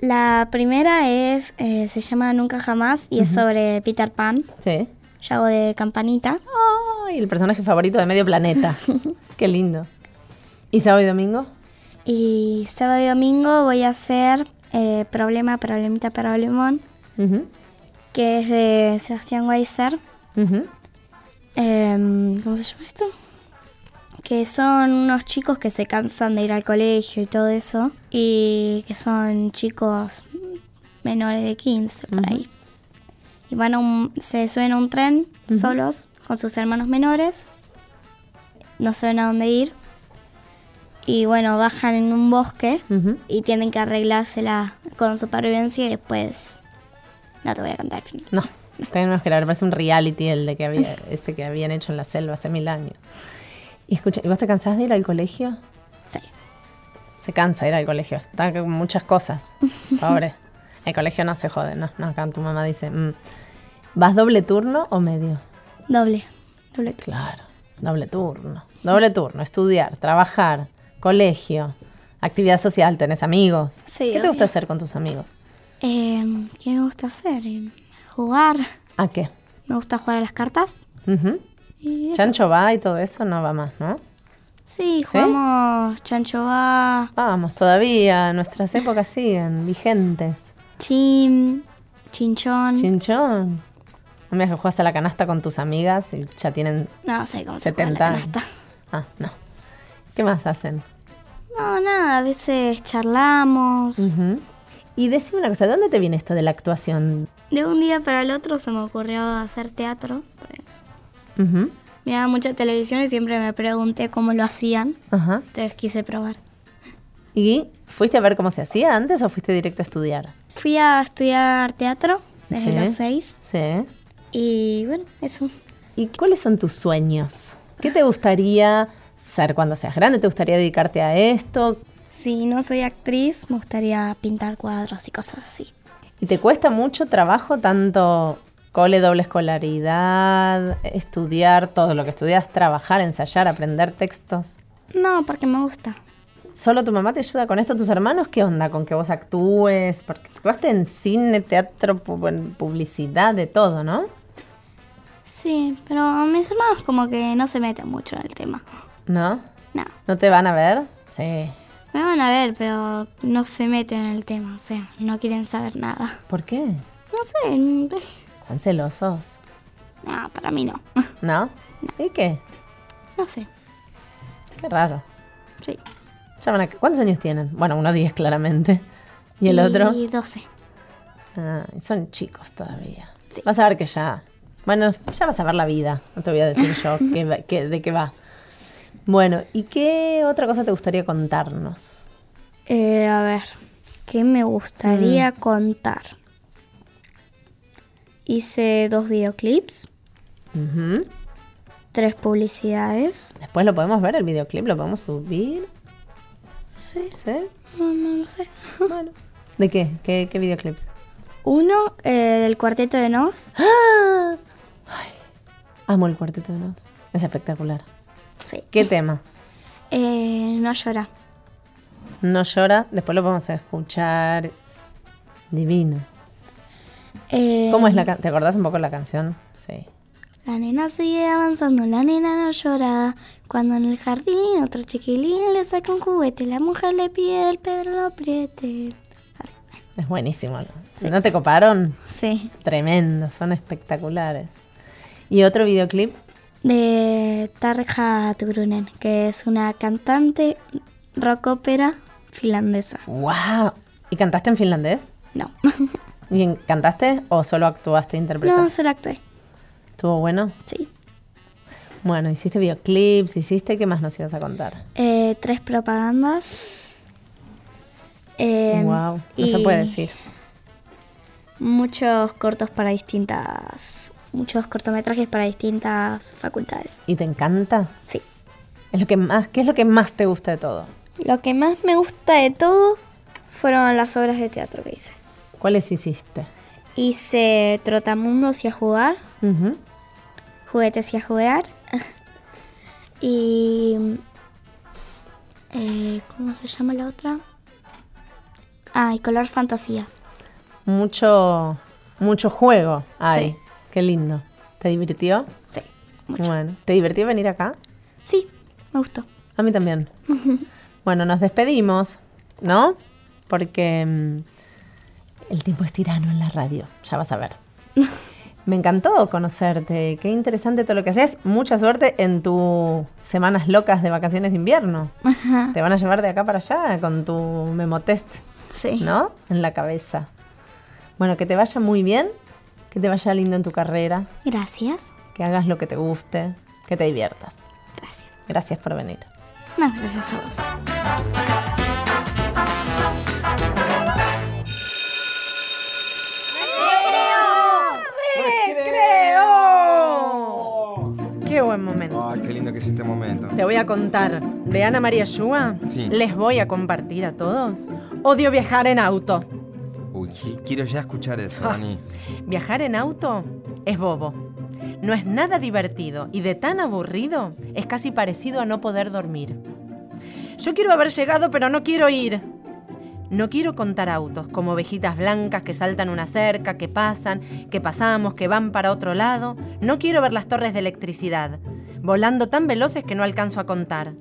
La primera es, eh, se llama Nunca Jamás y es
Ujú.
sobre Peter Pan.
Sí.
Yo hago de campanita.
Ay, el personaje favorito de medio planeta. qué lindo. ¿Y sábado y domingo?
Y sábado y domingo voy a hacer eh, Problema, Problemita, Problemón,
Ujú,
que es de Sebastián Weiser.
ujú.
Em, ¿Cómo se llama esto? Que son unos chicos que se cansan de ir al colegio y todo eso. Y que son chicos menores de 15 por ahí. Y van a un, se suben a un tren
Ujú.
solos con sus hermanos menores. No saben a dónde ir. Y bueno, bajan en un bosque y tienen que arreglársela con supervivencia y después... No te voy a contar el final.
No, tenemos que grabar, parece un reality el de que había, ese que habían hecho en la selva hace mil años. Y escucha, ¿y vos te cansás de ir al colegio?
Sí.
Se cansa de ir al colegio, está con muchas cosas. Pobre. El colegio no se jode, no, no, acá tu mamá dice, mm. ¿vas doble turno o medio?
Doble. Doble turno.
Claro, doble turno. Doble turno, estudiar, trabajar, colegio, actividad social, tenés amigos.
Sí,
¿Qué te gusta
obvio.
hacer con tus amigos?
Eh, ¿Qué me gusta hacer? Em, Jugar.
¿A qué?
Me gusta jugar a las cartas.
Ujú.
Y eso.
Chancho va y todo eso no va más, ¿no?
Sí, jugamos chancho va.
Vamos, todavía nuestras épocas siguen vigentes.
Chim, chinchón.
Chinchón. No me digas que juegas a la canasta con tus amigas y ya tienen
No sé cómo se juega a la
70 años. Ah, no. ¿Qué más hacen?
No, nada, a veces charlamos.
Ujú. Y decime una cosa, ¿de dónde te viene esto de la actuación?
De un día para el otro se me ocurrió hacer teatro.
Ujú.
Miraba mucha televisión y siempre me pregunté cómo lo hacían.
Ajá.
Entonces quise probar.
¿Y fuiste a ver cómo se hacía antes o fuiste directo a estudiar?
Fui a estudiar teatro desde
Sí.
los seis.
Sí.
Y bueno, eso.
¿Y cuáles son tus sueños? ¿Qué te gustaría ser cuando seas grande? ¿Te gustaría dedicarte a esto?
Si no soy actriz, me gustaría pintar cuadros y cosas así.
¿Y te cuesta mucho trabajo tanto cole, doble escolaridad, estudiar todo lo que estudias, trabajar, ensayar, aprender textos?
No, porque me gusta.
¿Solo tu mamá te ayuda con esto? ¿Tus hermanos qué onda con que vos actúes? Porque actuaste en cine, teatro, pu- en publicidad, de todo, ¿no?
Sí, pero mis hermanos como que no se meten mucho en el tema.
¿No?
No.
¿No te van a ver? Sí.
Me van a ver, pero no se meten en el tema, o sea, no quieren saber nada.
¿Por qué?
No sé, n- eh,
¿Están celosos?
no, para mí no.
¿No? ¿Y qué?
No sé.
Qué raro.
Sí.
Ya van a- ¿Cuántos años tienen? Bueno, uno 10 claramente. ¿Y el otro?
Y 12.
Ah, son chicos todavía. Vas a ver que ya. Bueno, ya vas a ver la vida. No te voy a decir yo qué va- qué- de qué va. Bueno, ¿y qué otra cosa te gustaría contarnos?
Eh, a ver, ¿qué me gustaría
Mm.
contar? Hice dos videoclips,
Ujú.
tres publicidades.
Después lo podemos ver, el videoclip, lo podemos subir.
Sí.
¿Sí?
No, no, no sé.
Bueno. ¿De qué? ¿Qué, qué videoclips?
Uno eh, del cuarteto de Nos.
¡Ah! Amo el cuarteto de Nos. Es espectacular.
Sí.
¿Qué tema?
Eh, no llora.
No llora, después lo vamos a escuchar. Divino. ¿Cómo es la canción? ¿Te acordás un poco la canción? Sí.
Eh, La nena sigue avanzando, la nena no llora. Cuando en el jardín otro chiquilín le saca un juguete, la mujer le pide el perro lo apriete.
Es buenísimo. ¿No te coparon?
Sí.
Tremendo, son espectaculares. ¿Y otro videoclip?
De Tarja Turunen, que es una cantante rock ópera finlandesa.
¡Wow! ¿Y cantaste en finlandés?
No.
¿Y en- cantaste o solo actuaste e interpretaste?
No, solo actué.
¿Estuvo bueno?
Sí.
Bueno, hiciste videoclips, hiciste, ¿qué más nos ibas a contar?
Eh, tres propagandas. Eh,
wow, no se
y
puede decir.
Muchos cortos para distintas. Muchos cortometrajes para distintas facultades.
¿Y te encanta?
Sí.
Es lo que más, ¿Qué es lo que más te gusta de todo?
Lo que más me gusta de todo fueron las obras de teatro que hice.
¿Cuáles hiciste?
Hice Trotamundos y a jugar,
Ujú.
Juguetes y a jugar, Y. eh, ¿Cómo se llama la otra? Ah, y color fantasía.
Mucho, mucho juego hay. Qué lindo. ¿Te divirtió?
Sí,
Bueno, ¿te divirtió venir acá?
Sí, me gustó.
A mí también. Bueno, nos despedimos, ¿no? Porque mm, el tiempo es tirano en la radio, ya vas a ver. Me encantó conocerte, qué interesante todo lo que haces. Mucha suerte en tus semanas locas de vacaciones de invierno.
Ajá.
Te van a llevar de acá para allá con tu memotest,
Sí.
¿no? En la cabeza. Bueno, que te vaya muy bien, que te vaya lindo en tu carrera,
Gracias.
que hagas lo que te guste, que te diviertas. Gracias. Gracias por venir.
No, gracias a vos.
¡Recreo! ¡Qué buen momento!
Ay, qué lindo que es este momento.
Te voy a contar de Ana María Shua.
Sí.
Les voy a compartir a todos. Odio viajar en auto.
Uy, qui- quiero ya escuchar eso,
Ah,
Dani.
Viajar en auto es bobo. No es nada divertido y de tan aburrido es casi parecido a no poder dormir. Yo quiero haber llegado pero no quiero ir. No quiero contar autos como ovejitas blancas que saltan una cerca, que pasan, que pasamos, que van para otro lado. No quiero ver las torres de electricidad, volando tan veloces que no alcanzo a contar.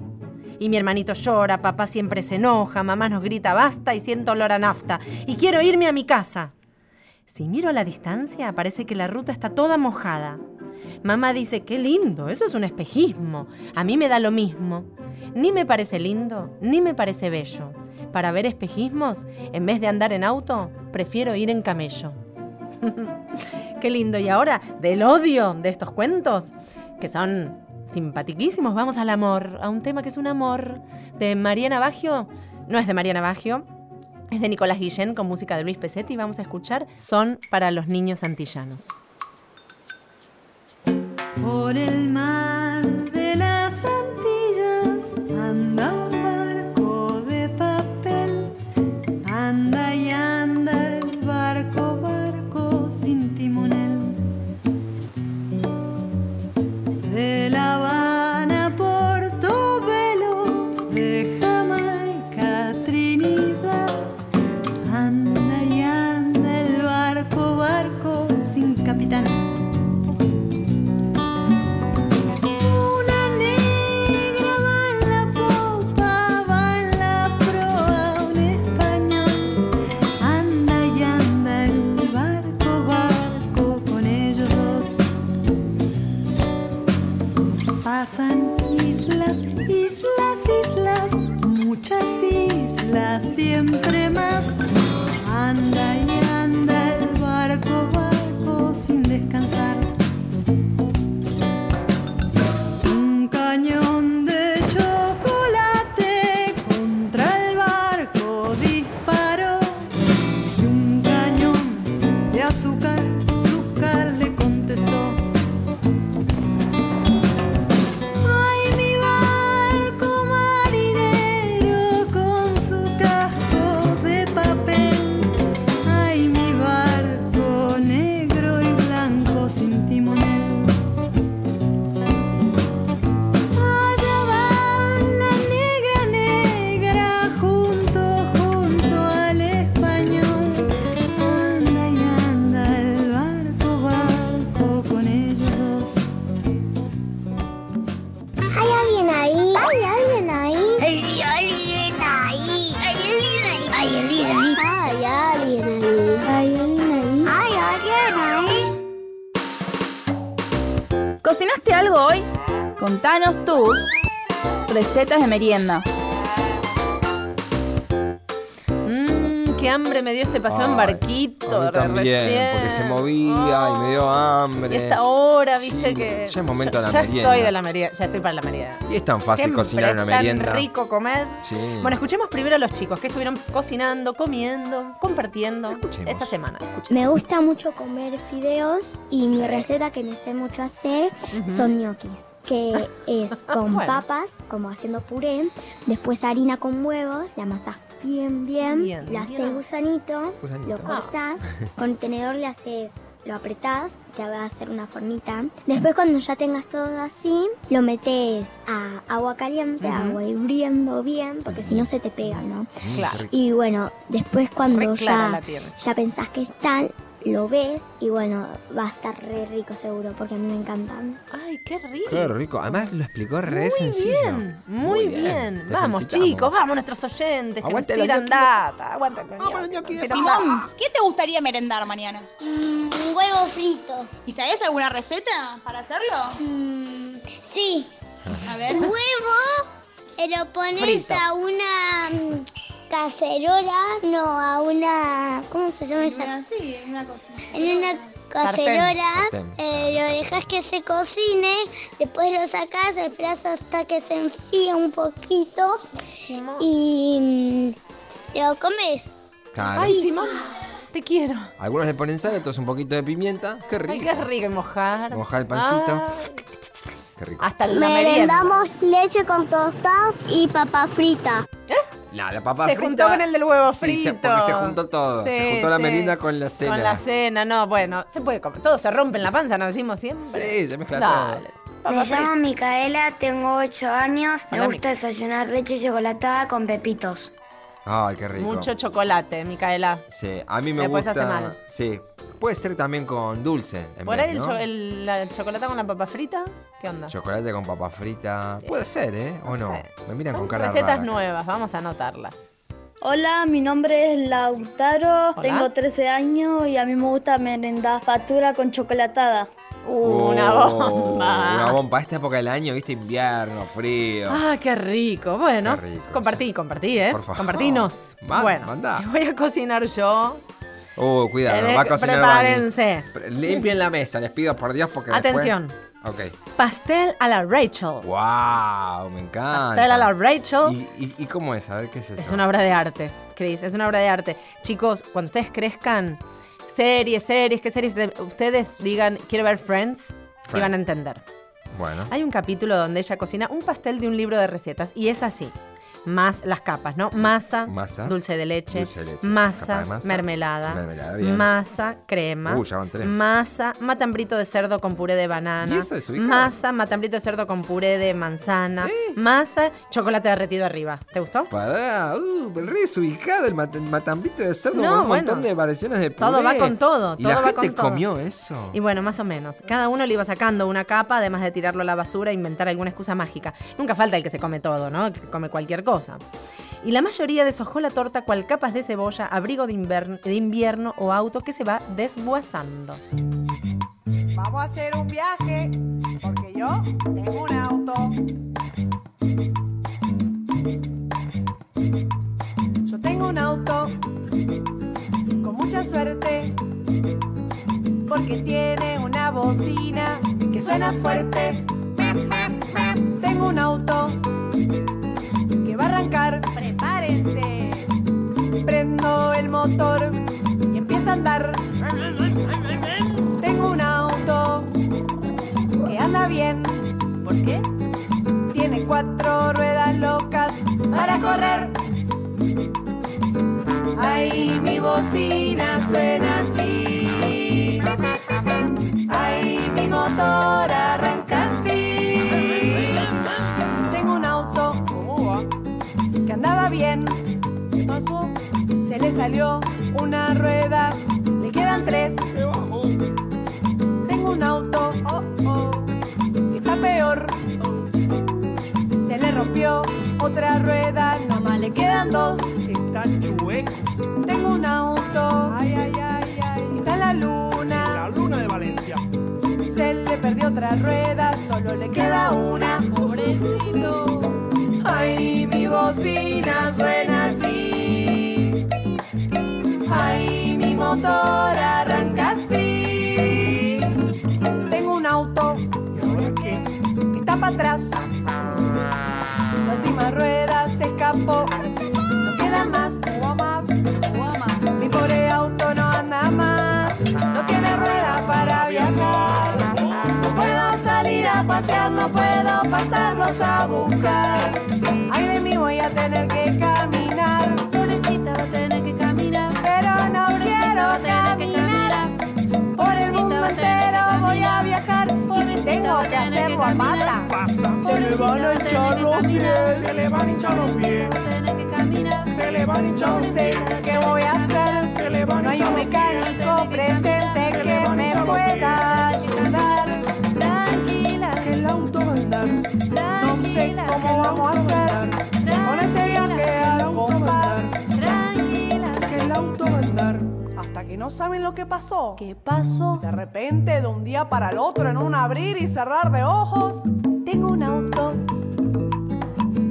Y mi hermanito llora, papá siempre se enoja, mamá nos grita basta y siento olor a nafta. Y quiero irme a mi casa. Si miro a la distancia, parece que la ruta está toda mojada. Mamá dice, qué lindo, eso es un espejismo. A mí me da lo mismo. Ni me parece lindo, ni me parece bello. Para ver espejismos, en vez de andar en auto, prefiero ir en camello. qué lindo. Y ahora, del odio de estos cuentos, que son simpatiquísimos, vamos al amor, a un tema que es un amor de Mariana Baggio. No es de Mariana Baggio, es de Nicolás Guillén con música de Luis Pesetti. Vamos a escuchar Son para los niños antillanos.
Por el mar de las Antillas anda un barco de papel. Anda y anda el barco, barco sin timonel. De La Habana, Portobelo, de Jamaica, Trinidad. Anda y anda el barco, barco sin capitán. Una negra va en la popa, va en la proa un español. Anda y anda el barco, barco con ellos dos. Pasan islas, islas, islas, muchas islas, siempre más. Anda y anda el barco, barco sin descansar. Un cañón de chocolate contra el barco disparó. Y un cañón de azúcar, azúcar le contestó. Ay, mi barco marinero con su casco de papel. Ay, mi barco negro y blanco sin timonel. Allá va la negra negra junto, junto al español. Anda y anda el barco, barco con ellos dos.
¿Hay alguien ahí? ¿Hay alguien ahí? ¿Hay alguien ahí? ¿Hay alguien ahí? ¿Hay alguien ahí? ¿Hay alguien ahí? ¿Hay alguien ahí? ¿Hay alguien ahí?
¿Cocinaste algo hoy? Contanos tus recetas de merienda.
Mmm, qué hambre me dio este paseo en
Ay,
barquito,
A mí
re-
también,
recién. Oh.
porque se movía y me dio hambre.
Y esta hora, viste que.
ya es momento de la
ya
merienda.
estoy de la merienda. Ya estoy para la merienda.
Y es tan fácil
Siempre
cocinar una
es tan
merienda.
rico comer.
Sí.
Bueno, escuchemos primero a los chicos que estuvieron cocinando, comiendo, compartiendo esta semana.
Me gusta mucho comer fideos y mi receta que me sé mucho hacer son ñoquis, que es con
Bueno.
papas, como haciendo puré, después harina con huevo, la amasás bien, bien,
Bien,
la haces
bien.
gusanito,
Gusanito.
lo cortás, con tenedor le haces lo apretás, te va a hacer una formita. Después cuando ya tengas todo así, lo metes a agua caliente,
Ujú.
agua hirviendo bien, porque si no se te pega, ¿no?
Claro.
Y bueno, después cuando
Re clara
ya,
la tierra.
ya pensás que está, lo ves y bueno, va a estar re rico seguro, porque a mí me encantan.
Ay, qué rico.
Qué rico. Además lo explicó re sencillo.
Bien, muy, bien.
Te
Vamos,
felicitamos.
chicos, vamos nuestros oyentes que nos
Aguante los
tiran
ñoquis.
data. Aguanta los ñoquis. Pero vamos.
Simón, ¿qué te gustaría merendar mañana?
Mm, un huevo frito. Mm,
¿Y sabes alguna receta para hacerlo?
sí.
A ver.
Huevo, eh, lo pones
Frito.
a una mm, cacerola, no, a una. ¿Cómo se llama esa? En una cacerola,
Sartén.
eh, lo dejas que se cocine, después lo sacas, esperas hasta que se enfríe un poquito y mm, lo comes.
Claro.
te quiero.
Algunos le ponen sal, otros un poquito de pimienta. Qué rico.
Ay, qué rico Ah. y mojar.
Mojar el pancito. Qué rico.
Hasta
Merendamos leche con tostadas y papa frita.
La, la papa
se
frita.
juntó con el del huevo
Sí, se-
frito.
porque se juntó todo. se
Sí,
juntó la
sí.
merienda con la cena.
Con la cena, no, bueno, se puede comer. Todo se rompe en la panza, ¿no decimos siempre?
Sí, se mezcla
Dale.
Me llamo Micaela, tengo 8 años. Me
Hola,
gusta desayunar leche chocolatada con pepitos.
Ay, qué rico.
Mucho chocolate, Micaela.
Sí, a mí me
Después
gusta.
hace mal.
Sí. Puede ser también con dulce. en
Por
vez,
ahí el,
¿no?
cho- el- la chocolate con la papa frita, ¿qué onda?
Chocolate con papa frita. Puede ser, ¿eh? ¿O no?
sé.
Me miran con
Son
cara
recetas
rara.
nuevas, vamos a anotarlas.
Hola, mi nombre es Lautaro,
Hola.
tengo 13 años y a mí me gusta merendar factura con chocolatada.
Una
Oh,
bomba.
Una bomba. Esta época del año, viste, invierno, frío.
Ah, qué rico. Bueno,
Qué rico,
compartí, compartí, ¿eh?
Por favor.
Compartinos.
Man-
bueno,
mandá.
voy a cocinar yo.
Uh, cuidado,
Eh,
va a cocinar Vani.
Prepárense.
Pre- Limpien la mesa, les pido por Dios porque después-
Atención.
Ok.
Pastel a la Rachel.
Wow, me encanta.
Pastel a la Rachel.
¿Y, y, y cómo es? A ver, ¿qué es eso?
Es una obra de arte, Cris, es una obra de arte. Chicos, cuando ustedes crezcan, series, series, qué series, de- ustedes digan, quiero ver Friends, y van
Friends.
a entender.
Bueno.
Hay un capítulo donde ella cocina un pastel de un libro de recetas y es así. Más las capas, ¿no? Masa,
Masa,
dulce de leche,
dulce de leche, capa
masa,
de masa,
mermelada,
mermelada, bien.
masa, crema,
Uh, ya van tres.
masa, matambrito de cerdo con puré de banana,
¿Y eso es ubicado?
masa, matambrito de cerdo con puré de manzana, masa, chocolate derretido arriba. ¿Te gustó?
Pará, uh, re desubicado el mat- matambrito de cerdo
No,
con un
bueno.
montón de variaciones de puré.
Todo va con todo,
Y
todo
la
va
gente
con todo.
comió eso.
Y bueno, más o menos. Cada uno le iba sacando una capa, además de tirarlo a la basura e inventar alguna excusa mágica. Nunca falta el que se come todo, ¿no? El que come cualquier cosa. Y la mayoría deshojó la torta cual capas de cebolla, abrigo de, invern- de invierno o auto que se va desguazando.
Vamos a hacer un viaje, porque yo tengo un auto. Yo tengo un auto con mucha suerte, porque tiene una bocina que suena fuerte. Tengo un auto que va a arrancar, prepárense. Prendo el motor y empieza a andar. Tengo un auto que anda bien. ¿Por qué? Tiene cuatro ruedas locas para correr. Ay, mi bocina suena así. Ay, mi motor arranca así. Tengo un auto oh, que andaba bien. ¿Qué pasó? Se le salió una rueda. Le quedan tres. Tengo un auto oh, oh, que está peor. Se le rompió otra rueda, nomás le quedan dos. Está chueco. Tengo un auto. Ay, ay, ay, ay. Está en la luna. La luna de Valencia. Se le perdió otra rueda, solo le queda una. Pobrecito. Ay, mi bocina suena así. Ay, mi motor arranca así. Tengo un auto. Que está para atrás. La última rueda se escapó. No queda más. Mi pobre auto no anda más. No tiene rueda para viajar. No puedo salir a pasear, no puedo pasarlos a buscar. Ay de mí voy a tener que caminar. Pobrecita va a tener que caminar. Pero no quiero caminar. Por el mundo papata. Se le van a hinchar los pies. Se le van a hinchar los pies. Se le van a hinchar los pies. ¿Qué voy a hacer? Se le van a hinchar los pies. No hay un mecánico presente que me pueda ayudar. Tranquila. Que el auto va a andar. No sé cómo vamos a hacer. Con este viaje al compás. Tranquila. Que el auto va a andar. Hasta que no saben lo que pasó. ¿Qué pasó? De repente, de un día para el otro, en un abrir y cerrar de ojos, tengo un auto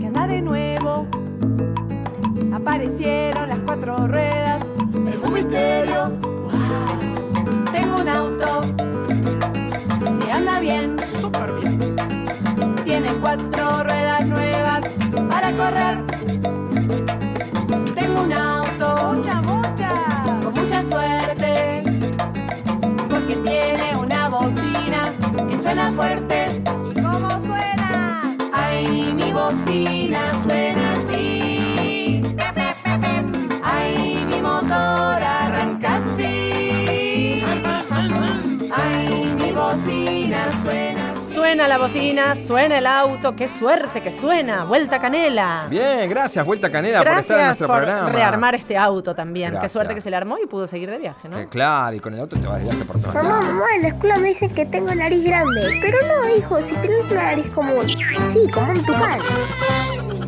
que anda de nuevo. Aparecieron las cuatro ruedas. Es un misterio. ¡Wow! Tengo un auto que anda bien. Súper bien. Tiene cuatro ruedas nuevas para correr. Tengo un auto. Mucha, mucha. Con mucha suerte. Porque tiene una bocina que suena fuerte. ¿Y cómo suena? Ay, mi bocina suena así. Ay, mi motor arranca así. Ay, mi bocina suena así.
Suena la bocina, suena el auto, qué suerte que suena. Vuelta canela.
Bien, gracias, Vuelta Canela, por estar en
Gracias
nuestro
por
programa.
rearmar este auto también. Qué
Gracias.
suerte que se le armó y pudo seguir de viaje, ¿no?
Eh, claro, y con el auto te vas de viaje por todos
Mamá,
lados.
mamá, en la escuela me dicen que tengo nariz grande. Pero no, hijo, si tienes una nariz común. Sí, común tu padre.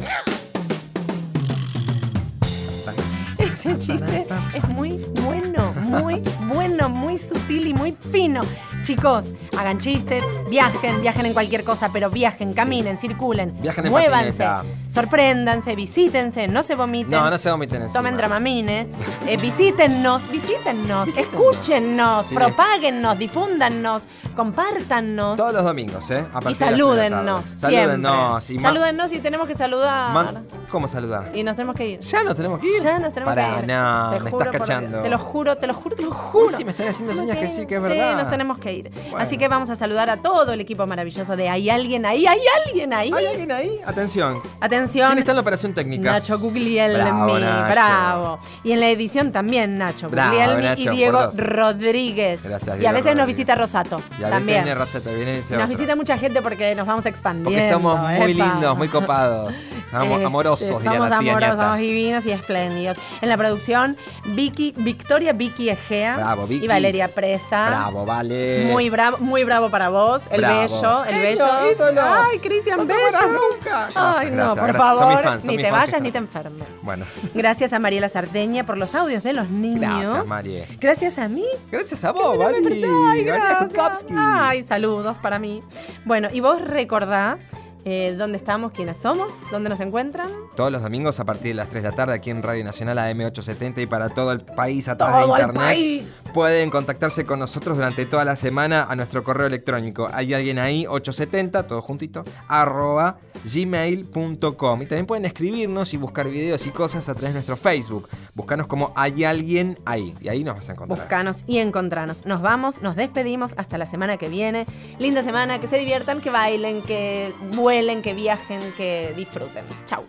Ese chiste es muy bueno, muy bueno, muy sutil y muy fino. Chicos, hagan chistes, viajen, viajen en cualquier cosa, pero viajen, caminen, circulen,
Viajen en
muévanse,
patineta.
sorpréndanse, visítense, no se vomiten.
No, no se vomiten encima.
Tomen dramamine, eh, visítennos, visítennos, escúchennos,
Sí.
propáguennos, difúndannos, compártannos.
Todos los domingos, ¿eh? A
y
partir de las tres de la
salúdennos.
tarde.
siempre.
Salúdennos. Y ma-
salúdennos y tenemos que saludar.
man- ¿Cómo saludar?
Y nos tenemos que ir.
Ya nos tenemos que
ir. Ya nos tenemos
Pará,
que ir.
no,
Te
me
juro
estás
por
cachando.
Dios. Te lo juro, te lo juro, te lo juro.
sí, me están haciendo
Tenemos
señas que
ir.
sí, que es verdad.
Sí, nos tenemos que ir.
Bueno.
Así que vamos a saludar a todo el equipo maravilloso de Hay alguien ahí, hay alguien ahí. ¿Hay alguien
ahí? Atención.
Atención.
¿Quién está en la operación técnica?
Nacho Guglielmi,
Bravo, Nacho.
bravo. Y en la edición también Nacho
Bravo,
Guglielmi y
Nacho,
Diego
por dos.
Rodríguez.
Gracias,
y a
Diego
veces nos
Rodríguez.
visita Rosato.
Y a veces
también.
viene Rosetta, viene y dice
nos
otro.
visita mucha gente porque nos vamos expandiendo.
Porque somos muy
epa.
lindos, muy copados. Somos
Este,
amorosos, diría
Somos
la tía
amorosos,
Nieta.
somos divinos y espléndidos. En la producción, Vicky, Victoria Vicky Egea
Bravo, Vicky.
y Valeria Presa.
Bravo, vale.
Muy bravo, muy bravo para vos, el
Bravo.
bello, el
Genio,
bello.
ídolos.
Ay, Cristian
No te
Bello.
mueras nunca.
Ay,
Gracias,
no,
gracias,
por
gracias. Son
favor,
mis fans, son
ni
mis fans que
te vayas ni te
están.
enfermes.
Bueno,
Gracias a Mariela Sardeña por los audios de los niños.
gracias, Marie.
Gracias a mí.
Gracias a vos,
Qué buena
Vali.
persona. Ay,
Valeria
gracias.
Kukowski.
Ay, saludos para mí. Bueno, y vos recordá eh, dónde estamos, quiénes somos, dónde nos encuentran.
Todos los domingos a partir de las 3 de la tarde aquí en Radio Nacional AM870 y para todo el país a través
Todo
de
el
internet.
país.
Pueden contactarse con nosotros durante toda la semana a nuestro correo electrónico. Hay alguien ahí, 870, todo juntito, arroba gmail.com. Y también pueden escribirnos y buscar videos y cosas a través de nuestro Facebook. Buscanos como hay alguien ahí. Y ahí nos vas a encontrar.
Buscanos y encontranos. Nos vamos, nos despedimos hasta la semana que viene. Linda semana, que se diviertan, que bailen, que vuelen, que viajen, que disfruten. Chau.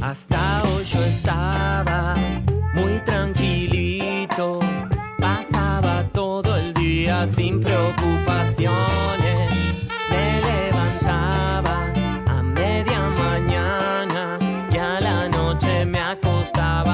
Hasta hoy yo estaba muy tranquilito, pasaba todo el día sin preocupaciones. Me levantaba a media mañana y a la noche me acostaba